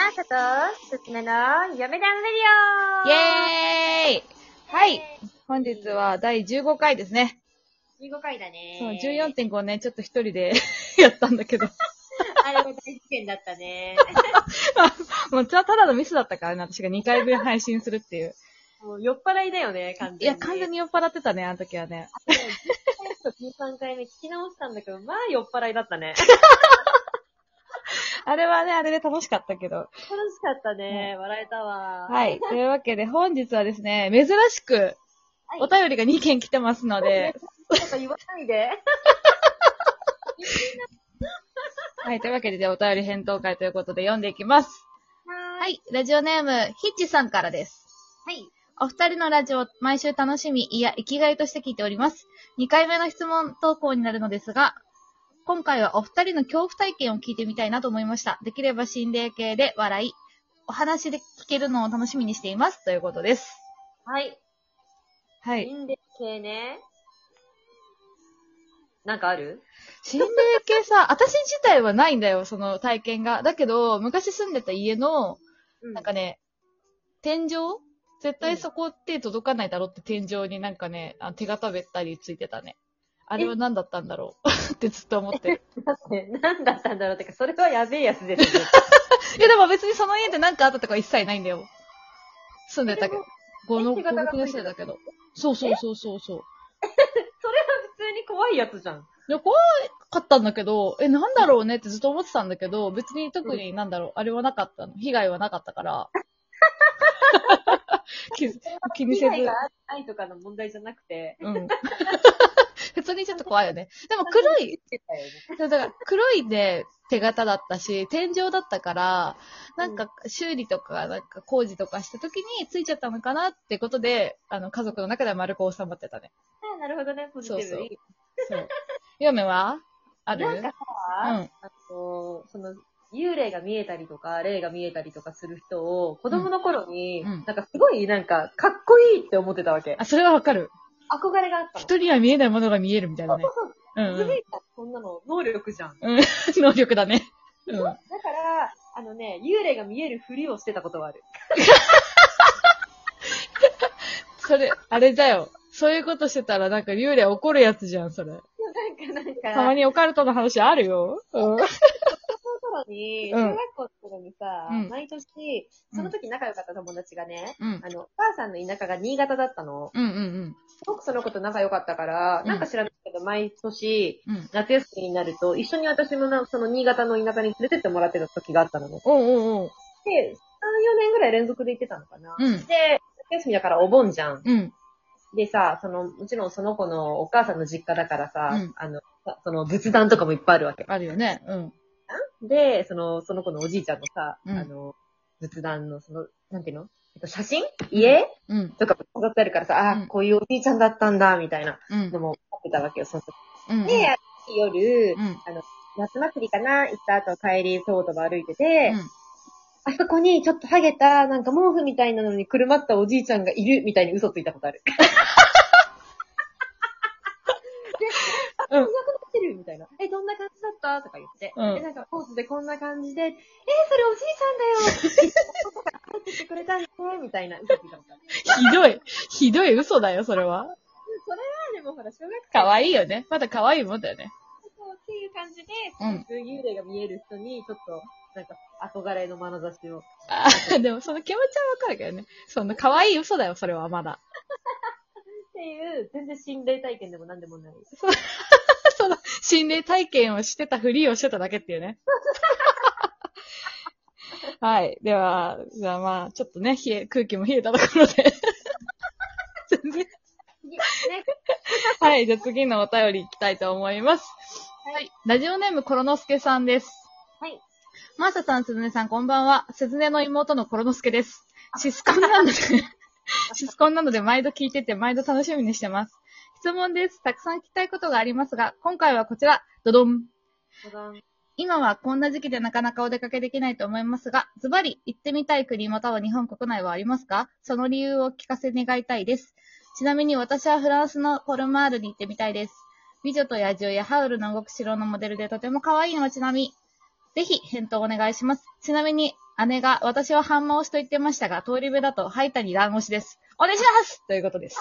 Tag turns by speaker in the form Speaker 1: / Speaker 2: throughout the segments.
Speaker 1: あさと、すすめの嫁ダンレ
Speaker 2: イ
Speaker 1: ディ
Speaker 2: ェーイ
Speaker 1: オ
Speaker 2: はい本日は第15回ですね。
Speaker 1: 15回だね。
Speaker 2: そう、14.5ね、ちょっと一人で やったんだけど。
Speaker 1: あれも大事件だったね。
Speaker 2: もうただのミスだったからね、私が2回分配信するっていう。
Speaker 1: もう酔っ払いだよね、完
Speaker 2: い
Speaker 1: 全に。
Speaker 2: や、完全に酔っ払ってたね、あの時はね。
Speaker 1: 13回目聞き直したんだけど、まあ酔っ払いだったね。
Speaker 2: あれはね、あれで楽しかったけど。
Speaker 1: 楽しかったね。笑えたわ。い。
Speaker 2: はい。というわけで、本日はですね、珍しく、
Speaker 1: はい
Speaker 2: お便りが2件来てますので、
Speaker 1: ちょっと言わないで。
Speaker 2: はい。というわけで、じゃあお便り返答会ということで読んでいきます。
Speaker 1: は。
Speaker 2: はいい。ラジオネーム、ヒッチさんからです。
Speaker 1: はい。
Speaker 2: お二人のラジオ、毎週楽しみ、いや、生きがいとして聞いております。2回目の質問投稿になるのですが、今回はお二人の恐怖体験を聞いてみたいなと思いました。できれば心霊系で笑い、お話で聞けるのを楽しみにしています。ということです。
Speaker 1: はい。
Speaker 2: は。
Speaker 1: 人類系ね。なんかある
Speaker 2: 心霊系さ、私自体はないんだよ、その体験が。だけど、昔住んでた家の、
Speaker 1: う
Speaker 2: なんかね、天井絶対そこって届かないだろうって天井になんかね、あ手が食べたりついてたね。あれは何だったんだろう ってずっと思ってる。
Speaker 1: だって、 なんだったんだろうってか、それはやべえやつです よ。
Speaker 2: いやでも別にその家で何かあったとか一切ないんだよ。住んでたけど。5の、
Speaker 1: 手
Speaker 2: 5、
Speaker 1: 形がついて
Speaker 2: 6
Speaker 1: た
Speaker 2: 年生だけど。そうそうそうそうそう。
Speaker 1: 普通に怖いやつじゃん。
Speaker 2: いや、怖かったんだけど、え、なんだろうねってずっと思ってたんだけど、別に特になんだろう、あれはなかったの。被害はなかっ たから。気気にせず
Speaker 1: 被害。がないとかの問題じゃなくて。
Speaker 2: うん。 普通にちょっと怖いよね。でも黒い、そうだから黒いで手形だったし、天井だったから、なんか修理とか、なんか工事とかした時についちゃったのかなってことで、あの、家族の中では丸く収まってたね。
Speaker 1: あなるほどね、ポジティブ。
Speaker 2: そうそうそう。嫁はある
Speaker 1: なんか
Speaker 2: う
Speaker 1: さ、
Speaker 2: ん。
Speaker 1: あのその、幽霊が見えたりとか、霊が見えたりとかする人を、子供の頃に、
Speaker 2: うんうん
Speaker 1: なんかすごい、なんか、かっこいいって思ってたわけ。
Speaker 2: あ、それはわかる。
Speaker 1: 憧れがあったの。
Speaker 2: 人には見えないものが見えるみたいなね。うん、う
Speaker 1: ずる
Speaker 2: ん。
Speaker 1: いなそんなの、能力じゃん。
Speaker 2: 能力だね。うん。
Speaker 1: だから、あのね、幽霊が見えるふりをしてたことはある。
Speaker 2: それ、あれだよ。そういうことしてたらなんか幽霊怒るやつじゃん、それ。
Speaker 1: なんか、なんか、
Speaker 2: たまにオカルトの話あるよ。うん。
Speaker 1: その頃に、
Speaker 2: うん
Speaker 1: 小学校の頃にさ、
Speaker 2: うん
Speaker 1: 毎年、その時仲良かった友達がね、
Speaker 2: うん。
Speaker 1: あの、お母さんの田舎が新潟だったの。
Speaker 2: うんうん
Speaker 1: すごくその子と仲良かったから、
Speaker 2: うん
Speaker 1: なんか知らないけど、毎年、
Speaker 2: うん。うん。
Speaker 1: 夏休みになると、一緒に私もな、その新潟の田舎に連れてってもらってた時があったのね。
Speaker 2: おうおうおう。
Speaker 1: で、3、4年ぐらい連続で行ってたのかな。
Speaker 2: うん。
Speaker 1: で、夏休みだからお盆じゃん。
Speaker 2: うん。
Speaker 1: でさ、その、もちろんその子のお母さんの実家だからさ、
Speaker 2: うん
Speaker 1: あの、その仏壇とかもいっぱいあるわけ。
Speaker 2: あるよね。うん。
Speaker 1: で、その、その子のおじいちゃんのさ、
Speaker 2: うん
Speaker 1: あの、仏壇の、その、なんていうのえっと写真家
Speaker 2: うん。
Speaker 1: とかも飾ってあるからさ、あ
Speaker 2: う
Speaker 1: ー
Speaker 2: ん
Speaker 1: こういうおじいちゃんだったんだ、みたいな
Speaker 2: うん
Speaker 1: の。もあってたわけよ、その時。
Speaker 2: うん。
Speaker 1: で、ある日夜、
Speaker 2: うん。
Speaker 1: 夏祭りかな行った後帰り、京都も歩いてて、
Speaker 2: うん
Speaker 1: あそこにちょっとハゲた、なんか毛布みたいなのにくるまったおじいちゃんがいる、みたいに嘘ついたこと ある。で、あ、こ
Speaker 2: うんん
Speaker 1: なことしてるみたいな。え、どんな感じだったとか言って。
Speaker 2: うん
Speaker 1: で、なんかポーズでこんな感じで、えー、それおじいちゃんだよ 帰ってきてくれたんですねみたいな嘘ついたことある。
Speaker 2: ひどい。ひどい嘘だよ、それは。
Speaker 1: それはでもほら、小学生
Speaker 2: かわいいよね。まだかわいいもんだよね。
Speaker 1: そうっていう感じで、
Speaker 2: うん
Speaker 1: そういう幽霊が見える人に、ちょっと、なんか、憧れの眼差しを。
Speaker 2: あ ーでも、その気持ちはわかるけどね。そんな、かわいい嘘だよ、それは、まだ。
Speaker 1: っ ていう、全然心霊体験でも何でもない。
Speaker 2: その、心霊体験をしてたふりをしてただけっていう ね。はい。では、じゃあまあ、ちょっとね、冷え、空気も冷えたところで。 全然。 はい。じゃあ次のお便り行きたいと思います。
Speaker 1: は
Speaker 2: はいい。ラジオネーム、コロノスケさんです。
Speaker 1: はい。
Speaker 2: マーサさん、すずねさん、こんばんは。すずねの妹のコロノスケです。シスコンなので、 シスコンなので毎度聞いてて、毎度楽しみにしてます。質問です。たくさん聞きたいことがありますが、今回はこちら、ドドン。
Speaker 1: 登山
Speaker 2: 今はこんな時期でなかなかお出かけできないと思いますが、ズバリ行ってみたい国または日本国内はありますかその理由を聞かせ願いたいです。ちなみに私はフランスのコルマールに行ってみたいです。美女と野獣やハウルの動く城のモデルでとても可愛い街並み。ぜひ返答お願いします。ちなみに姉が、私は半回しと言ってましたが、通り部だと、ハイタに乱押しです。お願いしますということです。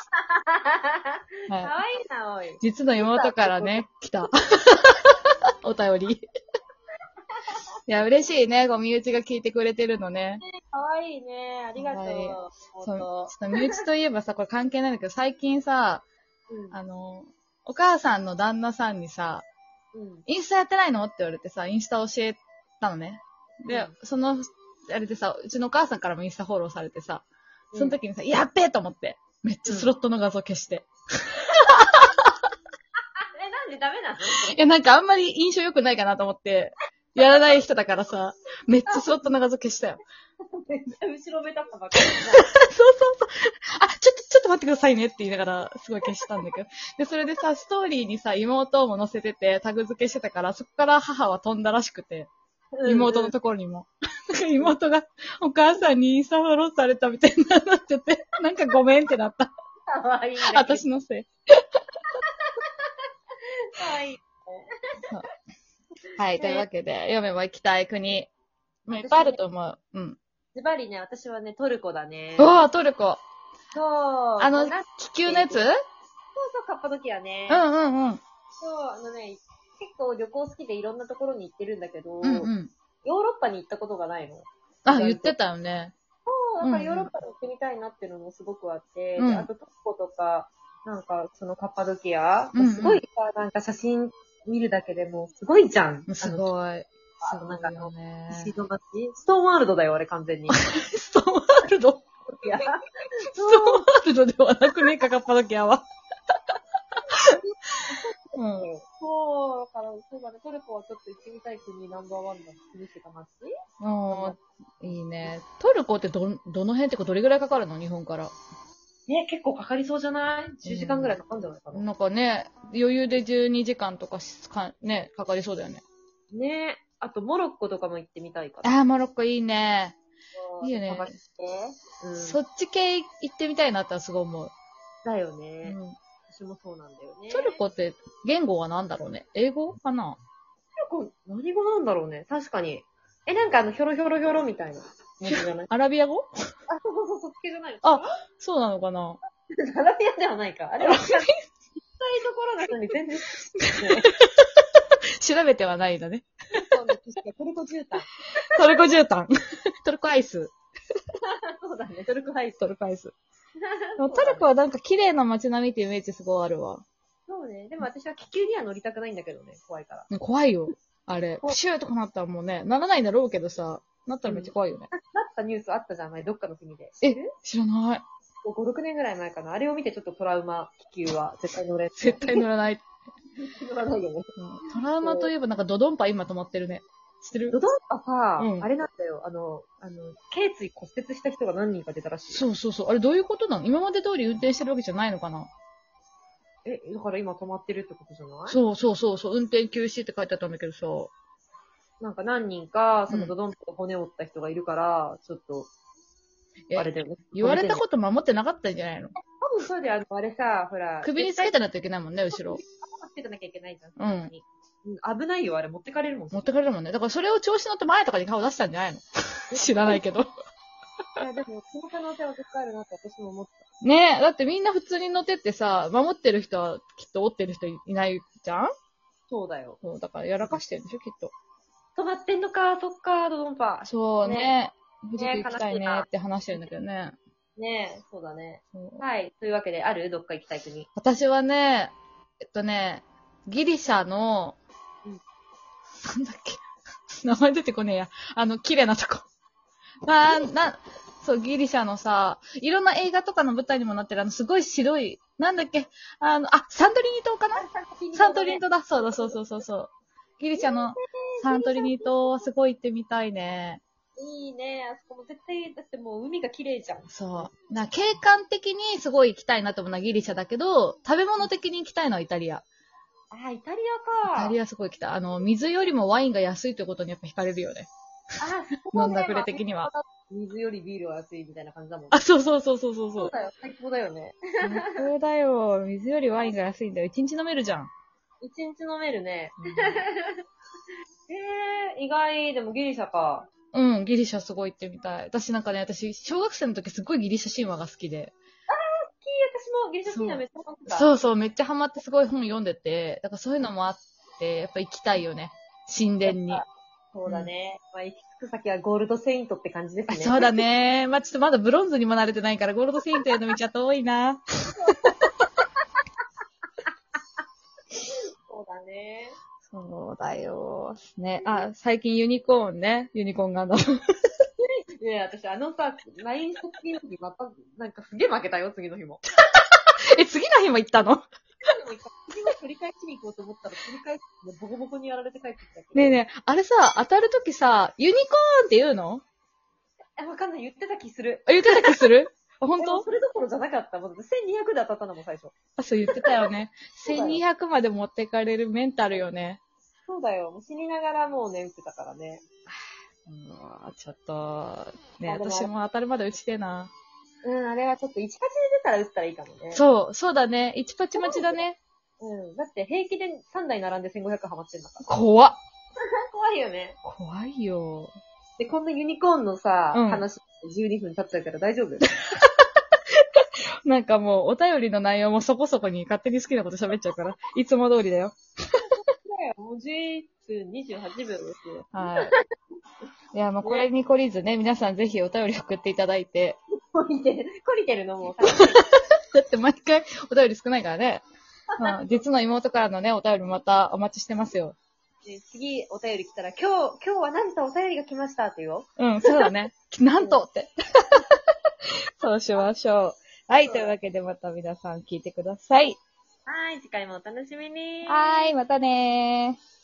Speaker 1: か
Speaker 2: はい。
Speaker 1: わいいな、おい。
Speaker 2: 実の妹からね、来た。 お便り。いや、嬉しいね。ご身内が聞いてくれてるのね。
Speaker 1: かわいいね。ありがとう。
Speaker 2: 可愛いそう、ちょ
Speaker 1: 本
Speaker 2: っと身内といえばさ、これ関係ないんだけど、最近さ、
Speaker 1: 当うん
Speaker 2: あの、お母さんの旦那さんにさ、
Speaker 1: うん。
Speaker 2: インスタやってないのって言われてさ、インスタ教えたのね。で、
Speaker 1: うん
Speaker 2: その、あれでさ、うちのお母さんからもインスタフォローされてさ、その時にさ、やっべえと思って、めっちゃスロットの画像消して。
Speaker 1: え、なんでダメなの
Speaker 2: いや、なんかあんまり印象良くないかなと思って、やらない人だからさ、めっちゃスロットの画像消したよ。
Speaker 1: めっちゃ後ろめたさばっかりだ
Speaker 2: そうそうそう。あ、ちょっと、ちょっと待ってくださいねって言いながら、すごい消したんだけど。で、それでさ、ストーリーにさ、妹も載せてて、タグ付けしてたから、そこから母は飛んだらしくて。
Speaker 1: な。
Speaker 2: 妹のところにも。なんか妹がお母さんにインスタフォローされたみたいになっちゃって、なんかごめんってなった。
Speaker 1: かわいいんだけど。
Speaker 2: 私のせい。
Speaker 1: かわいい。
Speaker 2: はい、というわけで、読めば行きたい国。まあ、いっぱいあると思う。うん。
Speaker 1: ズバリね、私はね、トルコだね。
Speaker 2: お
Speaker 1: そう。
Speaker 2: ー、トルコ。あ
Speaker 1: あ
Speaker 2: の
Speaker 1: そう、
Speaker 2: 気球のやつうん
Speaker 1: そう、カッパドキアね。
Speaker 2: うんうん。
Speaker 1: そう、あのね、結構旅行好きでいろんなところに行ってるんだけど、
Speaker 2: うんうん。
Speaker 1: ヨーロッパに行ったことがないの。
Speaker 2: あ、言ってたよね。
Speaker 1: そう、だからヨー
Speaker 2: うんうん
Speaker 1: ロッパに行ってみたいなっていうのもすごくあって、
Speaker 2: うん
Speaker 1: であとトルコとか、なんかそのカッパドキア、
Speaker 2: うんうん
Speaker 1: すごいさ、なんか写真見るだけでもすごいじゃん。
Speaker 2: す
Speaker 1: い。
Speaker 2: ごい。す
Speaker 1: あの
Speaker 2: ご
Speaker 1: なん
Speaker 2: い
Speaker 1: かあ
Speaker 2: よ
Speaker 1: の
Speaker 2: ね。
Speaker 1: 石の街ストーンワールドだよ、あれ完全に。
Speaker 2: ストーンワールド
Speaker 1: いや、
Speaker 2: ストーンワールドではなくねえか、カッパドキアは。うん。
Speaker 1: そう、だから、そうだね、トルコはちょっと行ってみたい国ナンバーワンの国ってか街
Speaker 2: もう、いいね。トルコってど、どの辺ってかどれぐらいかかるの日本から。
Speaker 1: ね、結構かかりそうじゃない ?10 時間ぐらいかかるんじゃないかな。
Speaker 2: なんかね、余裕で12時間とかしか、ね、かかりそうだよね。
Speaker 1: ね、あとモロッコとかも行ってみたいから。
Speaker 2: ああ、モロッコいいね。いいよね
Speaker 1: 探して。うん。
Speaker 2: そっち系行ってみたいなってはすごい思う。
Speaker 1: だよ
Speaker 2: う
Speaker 1: ね、
Speaker 2: ん、
Speaker 1: 私もそうなんだよね。
Speaker 2: トルコって言語は何だろうね。英語かな
Speaker 1: トルコ何語なんだろうね。確かに。え、なんかあの、ひょろひょろひょろみたいな。文字じゃない
Speaker 2: アラビア語
Speaker 1: あ、そうそうそう、そっち系じゃないの
Speaker 2: あそうなのかな
Speaker 1: アラビアではないか。あれは、行きたいところなのに全然。
Speaker 2: 調べてはないんだね。
Speaker 1: そうね、確かにトルコ絨 毯。
Speaker 2: トルコ絨毯。 トルコアイス。
Speaker 1: そうだね、トルコハイス。
Speaker 2: トルコアイス。でもトルコはなんか綺麗な街並みってイメージすごいあるわ。
Speaker 1: そうね。でも私は気球には乗りたくないんだけどね、怖いから。
Speaker 2: ね怖いよ。あれ。プシューとかなったらもうね、ならないんだろうけどさ、なったらめっちゃ怖いよね。
Speaker 1: なったニュースあったじゃん、前、どっかの国で。
Speaker 2: え知らない。
Speaker 1: 5、6年ぐらい前かな。あれを見てちょっとトラウマ、気球は。絶対乗れ。
Speaker 2: 絶対乗らない。
Speaker 1: 乗らないよね。
Speaker 2: うんトラウマといえばなんかドドンパ今止まってるね。知って る
Speaker 1: ドドンパさ、
Speaker 2: うん
Speaker 1: あれなんだよ。あの、あの、頸椎骨折した人が何人か出たらしい。
Speaker 2: そうそうそう。あれどういうことなの今まで通り運転してるわけじゃないのかな
Speaker 1: え、だから今止まってるってことじゃない
Speaker 2: そうそうそうそう。運転休止って書いてあったんだけどさ。
Speaker 1: なんか何人か、そ
Speaker 2: うん
Speaker 1: のドドンパで骨折った人がいるから、ちょっと、
Speaker 2: え
Speaker 1: あれだよね。
Speaker 2: 言われたこと守ってなかったんじゃないの
Speaker 1: 多分そうだよ。あの、あれさ、ほら。
Speaker 2: 首につけてないといけないもんね、後ろ。
Speaker 1: つけてなきゃいけないじゃん。
Speaker 2: うん
Speaker 1: うん。危ないよ、あれ。持ってかれるもん。
Speaker 2: 持ってかれるもんね。だからそれを調子乗って前とかに顔出したんじゃない の知らないけ ど。
Speaker 1: いや、でも、その可能性は絶対あるなって私も思って
Speaker 2: ねえ、だってみんな普通に乗ってってさ、守ってる人はきっと折ってる人いないじゃん
Speaker 1: そうだよ。
Speaker 2: そう、だからやらかしてるんでしょ、きっと。
Speaker 1: 止まってんのか、そっか、ドドンパ。
Speaker 2: そうね。富士
Speaker 1: ね
Speaker 2: 急行きたい
Speaker 1: 悲しい
Speaker 2: ね
Speaker 1: な
Speaker 2: って話してるんだけどね。
Speaker 1: ねえ、そうだね。
Speaker 2: そう
Speaker 1: はい。というわけで、あるどっか行きたい 国。
Speaker 2: 私はね、えっとね、ギリシャの
Speaker 1: うん、
Speaker 2: なんだっけ、名 前出てこねえや。あの、綺麗なとこ。まあ、な、そう、ギリシャのさ、いろんな映画とかの舞台にもなってる、あの、すごい白い、なんだっけ、あの、あ、サントリーニ島かなサントリーニ島だ。そうだ、そうそうそうそう。ギリシャのサントリーニ島、すごい行ってみたいね。
Speaker 1: いいね。あそこも絶対、だってもう海が綺麗じゃん。
Speaker 2: そう。な景観的にすごい行きたいなと思うのはギリシャだけど、食べ物的に行きたいのはイタリア。
Speaker 1: あ、イタリ
Speaker 2: イ
Speaker 1: アか。
Speaker 2: タリアすごい行きたい。あの、水よりもワインが安いということにやっぱ惹かれるよね。
Speaker 1: あ、そうだ
Speaker 2: 飲
Speaker 1: よ
Speaker 2: んだくれ的には。。
Speaker 1: 水よりビールは熱いみたいな感じだもん。
Speaker 2: あ、そうそうそうそうそうそ
Speaker 1: そう
Speaker 2: う。
Speaker 1: だよ。最高だよね。
Speaker 2: 最高だよ。水よりワインが安いんだよ。一日飲めるじゃん。
Speaker 1: 一日飲めるね。えー、意外。でもギリシャか。
Speaker 2: うん、ギリシャすごい行ってみたい。私なんかね、私、小学生の時すごいギリシャ神話が好きで。
Speaker 1: 私もギリシャ好きなめっちゃ思った。う。
Speaker 2: そうそう、めっちゃハマってすごい本読んでて、だからそういうのもあって、やっぱ行きたいよね。神殿に。
Speaker 1: そうだね。まあ、行き着く先はゴールドセイントって感じです
Speaker 2: あ
Speaker 1: ね。
Speaker 2: そうだね。まあ、ちょっとまだブロンズにも慣れてないから、ゴールドセイントへの道は遠いな。
Speaker 1: そうだね。
Speaker 2: そうだよ。ね。あ、最近ユニコーンね。ユニコーンガンダム。
Speaker 1: いや、私、あのさ、LINE した次の日、また、なんかすげえ負けたよ、次の日も。
Speaker 2: え、次の日も行ったの
Speaker 1: 次の日取り返しに行こうと思ったら、取り返しにボコボコにやられて帰ってきたけど。
Speaker 2: ねえねえ、あれさ、当たるときさ、ユニコーンって言うの
Speaker 1: え。わかんない、言ってた気する。
Speaker 2: あ言ってた気す るあ本
Speaker 1: でも
Speaker 2: 当
Speaker 1: それどころじゃなかった。もう1200で当たったのもん最初。
Speaker 2: あ、そう言ってたよね。
Speaker 1: そうだよ
Speaker 2: 1200まで持ってかれるメンタルよね。
Speaker 1: そうだよ。もう死にながらもうね、打ってたからね。
Speaker 2: うわちょっと、ね
Speaker 1: あでも
Speaker 2: 私も当たるまで打ちてえな。
Speaker 1: うん、あれはちょっと1勝ちで出たら打ったらいいかもね。
Speaker 2: そう、そうだね。一パチマチだね。
Speaker 1: う。うん。だって平気で3台並んで1500ハマってんだから。
Speaker 2: 怖っ。
Speaker 1: 怖いよね。
Speaker 2: 怖いよ。
Speaker 1: で、こんなユニコーンのさ、
Speaker 2: うん
Speaker 1: 話、12分経っちゃうから大丈夫
Speaker 2: なんかもう、お便りの内容もそこそこに勝手に好きなこと喋っちゃうから、いつも通りだよ。
Speaker 1: もう11分28秒ですよ。
Speaker 2: はい。 いや、まあ、これに懲りずね、皆さんぜひお便り送っていただいて。
Speaker 1: 懲りてる。懲りてるのもう。
Speaker 2: だって毎回お便り少ないからね。 まあ、実の妹からのね、お便りまたお待ちしてますよ。
Speaker 1: で次、お便り来たら、今日、今日はなんとお便りが来ましたって言おう。
Speaker 2: うん、そうだ ね。なんとって。そうしましょう。はい、というわけでまた皆さん聞いてください。
Speaker 1: はい、次回もお楽しみに。
Speaker 2: はい、またねー。